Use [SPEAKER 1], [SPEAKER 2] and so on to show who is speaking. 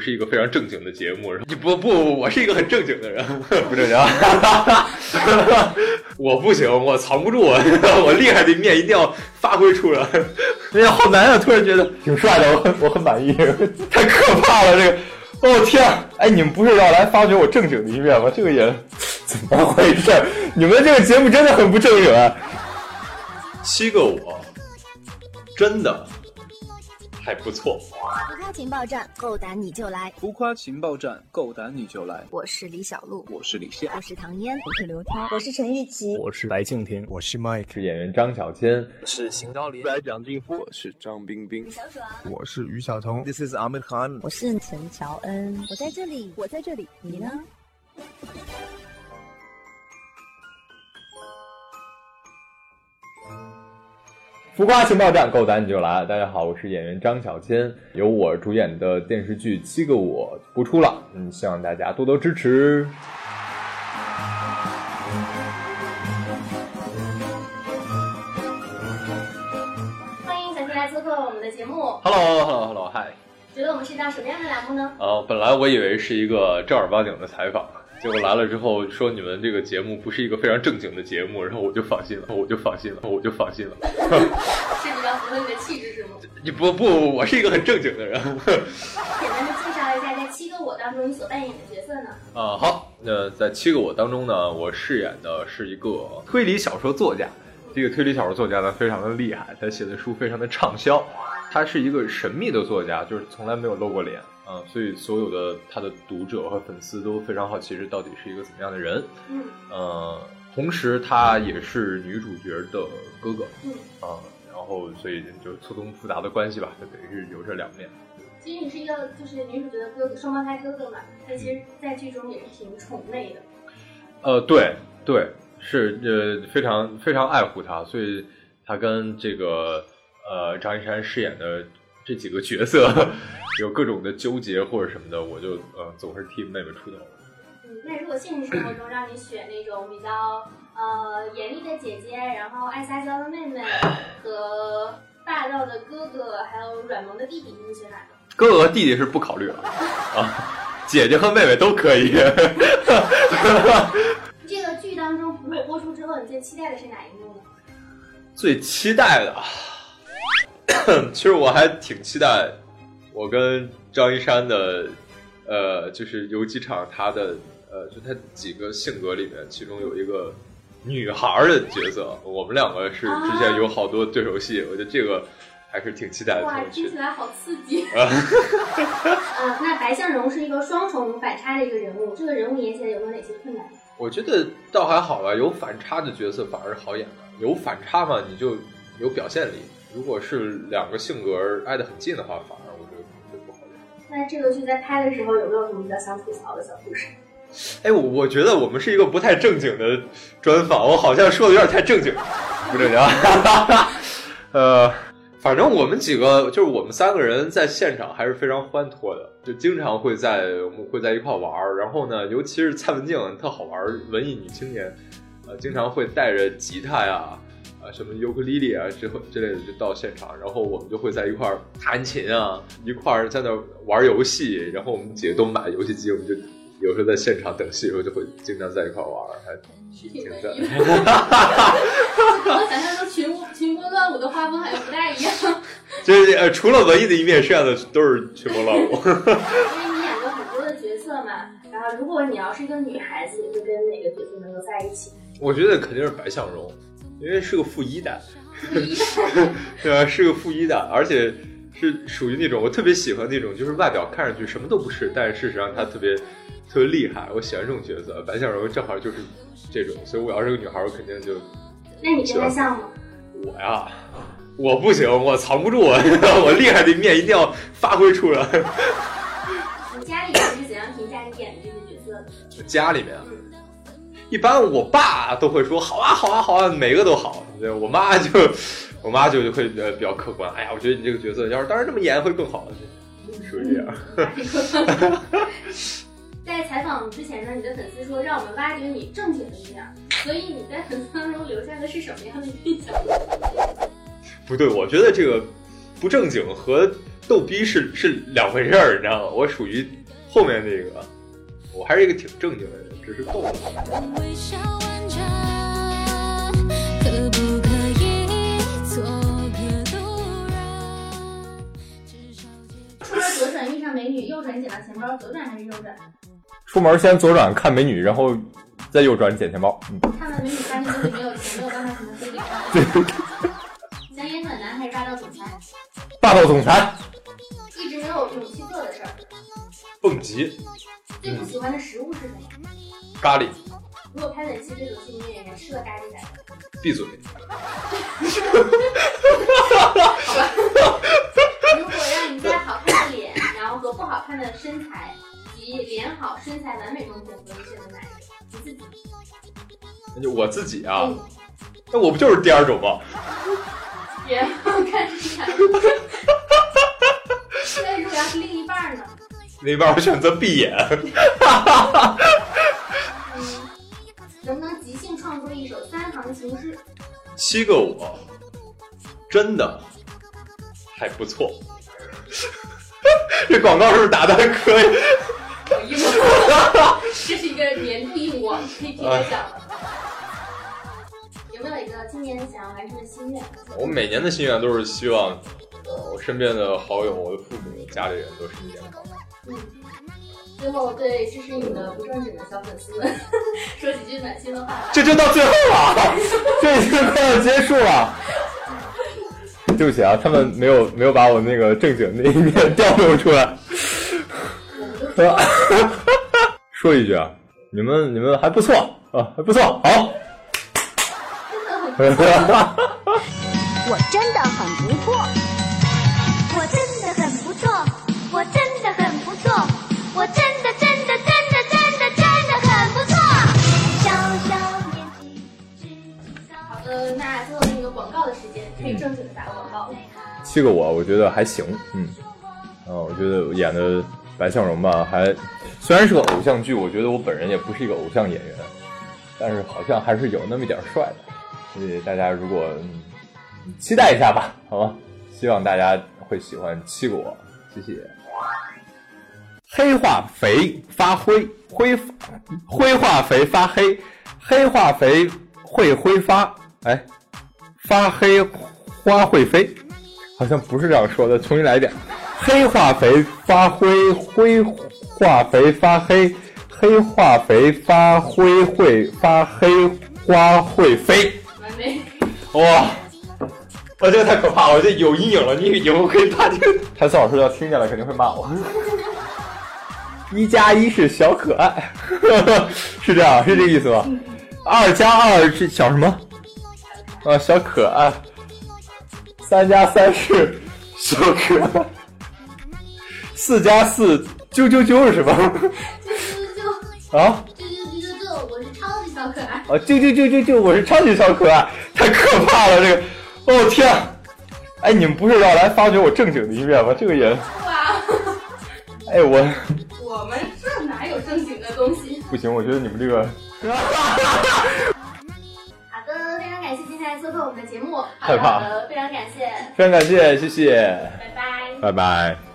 [SPEAKER 1] 是一个非常正经的节目。然后你 不不不，我是一个很正经的人，
[SPEAKER 2] 不正经。
[SPEAKER 1] 我不行，我藏不住， 我厉害的一面一定要发挥出来。
[SPEAKER 2] 哎呀，好难啊！突然觉得挺帅的，我很我很满意，太可怕了这个。哦天啊！哎，你们不是要来发掘我正经的一面吗？这个也怎么回事？你们这个节目真的很不正经啊！
[SPEAKER 1] 七个我，真的还不错。
[SPEAKER 3] 浮夸情报站，够胆你就来！
[SPEAKER 4] 浮夸情报站，够胆你就来！
[SPEAKER 3] 我是李小璐，
[SPEAKER 4] 我是李现，
[SPEAKER 3] 我是唐嫣，
[SPEAKER 5] 我是刘涛，
[SPEAKER 6] 我是陈玉琪，
[SPEAKER 7] 我是白敬亭，
[SPEAKER 8] 我是 Mike，
[SPEAKER 2] 是演员张小千，
[SPEAKER 9] 是邢昭林，
[SPEAKER 10] 是蒋劲夫，
[SPEAKER 11] 我是张冰冰，
[SPEAKER 12] 我是于晓彤
[SPEAKER 13] ，This is Ahmed Khan，
[SPEAKER 14] 我是陈乔恩，
[SPEAKER 15] 我在这里，
[SPEAKER 16] 我在这里，
[SPEAKER 14] 你呢？
[SPEAKER 2] 浮夸情报站，够胆你就来！大家好，我是演员张小千，由我主演的电视剧《七个我》播出了，嗯，希望大家多多支持。
[SPEAKER 17] 欢迎小新来做客我们的节目。
[SPEAKER 1] Hello，Hello，Hello，嗨！
[SPEAKER 17] 觉得我们是一档什么样的栏目呢？
[SPEAKER 1] 啊，本来我以为是一个正儿八经的采访。结果来了之后说你们这个节目不是一个非常正经的节目，然后我就放心了，我就放心了，我就放心了。
[SPEAKER 17] 是比较符合你的气质是吗？
[SPEAKER 1] 你不不，我是一个很正经的人。
[SPEAKER 17] 简单的介绍一下，在七个我当中你所扮演的角色呢？
[SPEAKER 1] 啊、呃，好，那在七个我当中呢，我饰演的是一个推理小说作家。这个推理小说作家呢，非常的厉害，他写的书非常的畅销。他是一个神秘的作家，就是从来没有露过脸。啊，所以所有的他的读者和粉丝都非常好奇，这到底是一个怎么样的人？
[SPEAKER 17] 嗯，
[SPEAKER 1] 呃，同时她也是女主角的哥哥，
[SPEAKER 17] 嗯，
[SPEAKER 1] 啊、呃，然后所以就错综复杂的关系吧，就等于是有这两面。
[SPEAKER 17] 其实你是一个就是女主角的哥哥，双胞胎哥哥嘛，但其实在剧中也是挺宠妹的。
[SPEAKER 1] 呃，对对，是呃非常非常爱护她，所以她跟这个呃张一山饰演的。这几个角色有各种的纠结或者什么的，我就呃总是替妹妹出头。
[SPEAKER 17] 嗯，那如果现实生活中让你选那种比较呃严厉的姐姐，然后爱撒娇的妹妹和霸道的哥哥，还有软萌的弟弟，你会选哪个？
[SPEAKER 1] 哥哥弟弟是不考虑了啊，姐姐和妹妹都可以。
[SPEAKER 17] 这个剧当中如果播出之后，你最期待的是哪一幕呢？
[SPEAKER 1] 最期待的。啊 其实我还挺期待，我跟张一山的，呃，就是有几场他的，呃，就他几个性格里面，其中有一个女孩的角色，我们两个是之前有好多对手戏，啊、我觉得这个还是挺期待的。
[SPEAKER 17] 哇，听起来好刺激！ 啊呃，那白向荣是一个双重反差的一个人物，这个人物演起来有没有哪些困难？
[SPEAKER 1] 我觉得倒还好吧，有反差的角色反而好演的，有反差嘛，你就有表现力。如果是两个性格挨得很近的话，反而我觉得可能会不好演。
[SPEAKER 17] 那这个剧在拍的时候有没有什么比较想吐槽的小故事？
[SPEAKER 1] 哎，我我觉得我们是一个不太正经的专访，我好像说的有点太正经，不正经。啊 呃，反正我们几个就是我们三个人在现场还是非常欢脱的，就经常会在我们会在一块玩儿。然后呢，尤其是蔡文静特好玩，文艺女青年，呃，经常会带着吉他呀。啊，什么尤克里里啊，之后之类的就到现场，然后我们就会在一块儿弹琴啊，一块儿在那玩游戏，然后我们几个都买游戏机，我们就有时候在现场等戏的时候就会经常在一块玩，还挺
[SPEAKER 17] 的。 我想象中群群魔乱舞的画风好像不大一样。
[SPEAKER 1] 就是呃，除了文艺的一面，剩下的都是群魔乱舞。
[SPEAKER 17] 因为你演过很多的角色嘛，然后如果你要是一个女孩子，你会跟哪个角色能够在一起？
[SPEAKER 1] 我觉得肯定是白向荣。因为是个富一代，对
[SPEAKER 17] 吧？
[SPEAKER 1] 是个富一代，而且是属于那种我特别喜欢那种，就是外表看上去什么都不是，但是事实上他特别特别厉害。我喜欢这种角色，白向荣正好就是这种，所以我要是个女孩，我肯定就……
[SPEAKER 17] 那你跟他像吗？
[SPEAKER 1] 我呀，我不行，我藏不住， 我厉害的一面一定要发挥出来。
[SPEAKER 17] 你家里人是怎样评价你演的这个角色的？
[SPEAKER 1] 家里面。啊一般我爸都会说好啊好啊好啊，每个都好。对我妈就， 我妈就就会呃比较客观。哎呀，我觉得你这个角色要是当时这么演会更好，属于这样。
[SPEAKER 17] 在采访之前呢，你的粉丝说让我们挖掘你正经的一面，所以你在粉丝当中留下的是什么样的印象？
[SPEAKER 1] 不对，我觉得这个不正经和逗逼是是两回事儿，你知道吗？我属于后面那个，我还是一个挺正经的人，只是逗。
[SPEAKER 5] 微笑婉转，可不可以做个突然？至少结
[SPEAKER 17] 出门左转遇上美女，右转捡到钱包，左转还是右转？
[SPEAKER 2] 出门先左转看美女，然后再右转捡钱包。嗯，
[SPEAKER 17] 看完美女发现兜里没有钱，没有办法什么处理。想演暖男还是霸道总裁？
[SPEAKER 2] 霸道总裁，
[SPEAKER 17] 一直没有勇气做的事儿，
[SPEAKER 1] 蹦极
[SPEAKER 17] 最不喜欢的食物是什么？
[SPEAKER 1] 咖喱，
[SPEAKER 17] 如果拍本期这种幸运演员是个咖喱仔，
[SPEAKER 1] 闭嘴。
[SPEAKER 17] 如果让你在好看的脸，然后和不好看的身材及脸好身材完美中选择，你选择哪一个？你自己。
[SPEAKER 1] 那就我自己啊，那我不就是第二种吗？
[SPEAKER 17] 别好看身材。那如果要是另一半儿呢？
[SPEAKER 1] 那一半我选择闭眼。
[SPEAKER 17] 嗯，能不能即兴创作一首三行情诗？
[SPEAKER 1] 七个我，真的还不错。 这广告是不是打的还可以？
[SPEAKER 17] 我一模，哎这是一个年度义务，我可以替他讲了。有没有一个今年想要完成的心愿？
[SPEAKER 1] 我每年的心愿都是希望，呃，我身边的好友、我的父母、家里人都身体健康。
[SPEAKER 17] 嗯，最后对支持你的不正经的小粉丝们 说几句暖心的话吧。
[SPEAKER 2] 这就到最后了，这已经快要结束了。对不起啊，他们没有没有把我那个正经那一面调动出来。
[SPEAKER 17] 我们都是
[SPEAKER 2] 说一句啊，你们你们还不错啊，还不错，好。
[SPEAKER 3] 我真的很不错，我真的很不错，我真的很不错，我真的真的真的真的真的很不错。小小年纪，志气高。
[SPEAKER 17] 好的，那最后那个广告的时间，可以正经的打个广告。
[SPEAKER 2] 七个我，我觉得还行，嗯，啊，我觉得我演的白孝荣吧，还虽然是个偶像剧，我觉得我本人也不是一个偶像演员，但是好像还是有那么一点帅的，所以大家如果、嗯期待一下吧， 好吗？希望大家会喜欢七个我，谢谢。黑化肥发灰，灰灰化肥发黑，黑化肥会挥发，哎，发黑花会飞。好像不是这样说的，重新来一遍。黑化肥发灰，灰化肥发黑，黑化肥发灰会发黑，花会飞。
[SPEAKER 17] 完美。
[SPEAKER 2] 哇！
[SPEAKER 1] 我这个太可怕了，我这有阴影了。你以后可以把这 个
[SPEAKER 2] 台词老师要听见了肯定会骂我。 一加一是小可爱， 是这样，是这个意思吗？二加二是小什么？啊，小可爱。三加三是小可爱。四加四啾啾啾是什么？
[SPEAKER 17] 啾啾啾
[SPEAKER 2] 啊
[SPEAKER 17] 啾啾啾啾啾！我是超级小可爱。
[SPEAKER 2] 啊啾啾啾啾啾！我是超级小可爱，太可怕了这个！哦天啊！哎，你们不是要来发掘我正经的一面吗？这个也，
[SPEAKER 17] 哇，
[SPEAKER 2] 哎我。
[SPEAKER 17] 我们这哪有正经的东西？
[SPEAKER 2] 不行，我觉得你们这个
[SPEAKER 17] 好的，非常感谢今天来做客我们的节目。
[SPEAKER 2] 害怕
[SPEAKER 17] 好的，非常感谢，
[SPEAKER 2] 非常感谢，谢谢，
[SPEAKER 17] 拜拜。
[SPEAKER 2] 拜拜。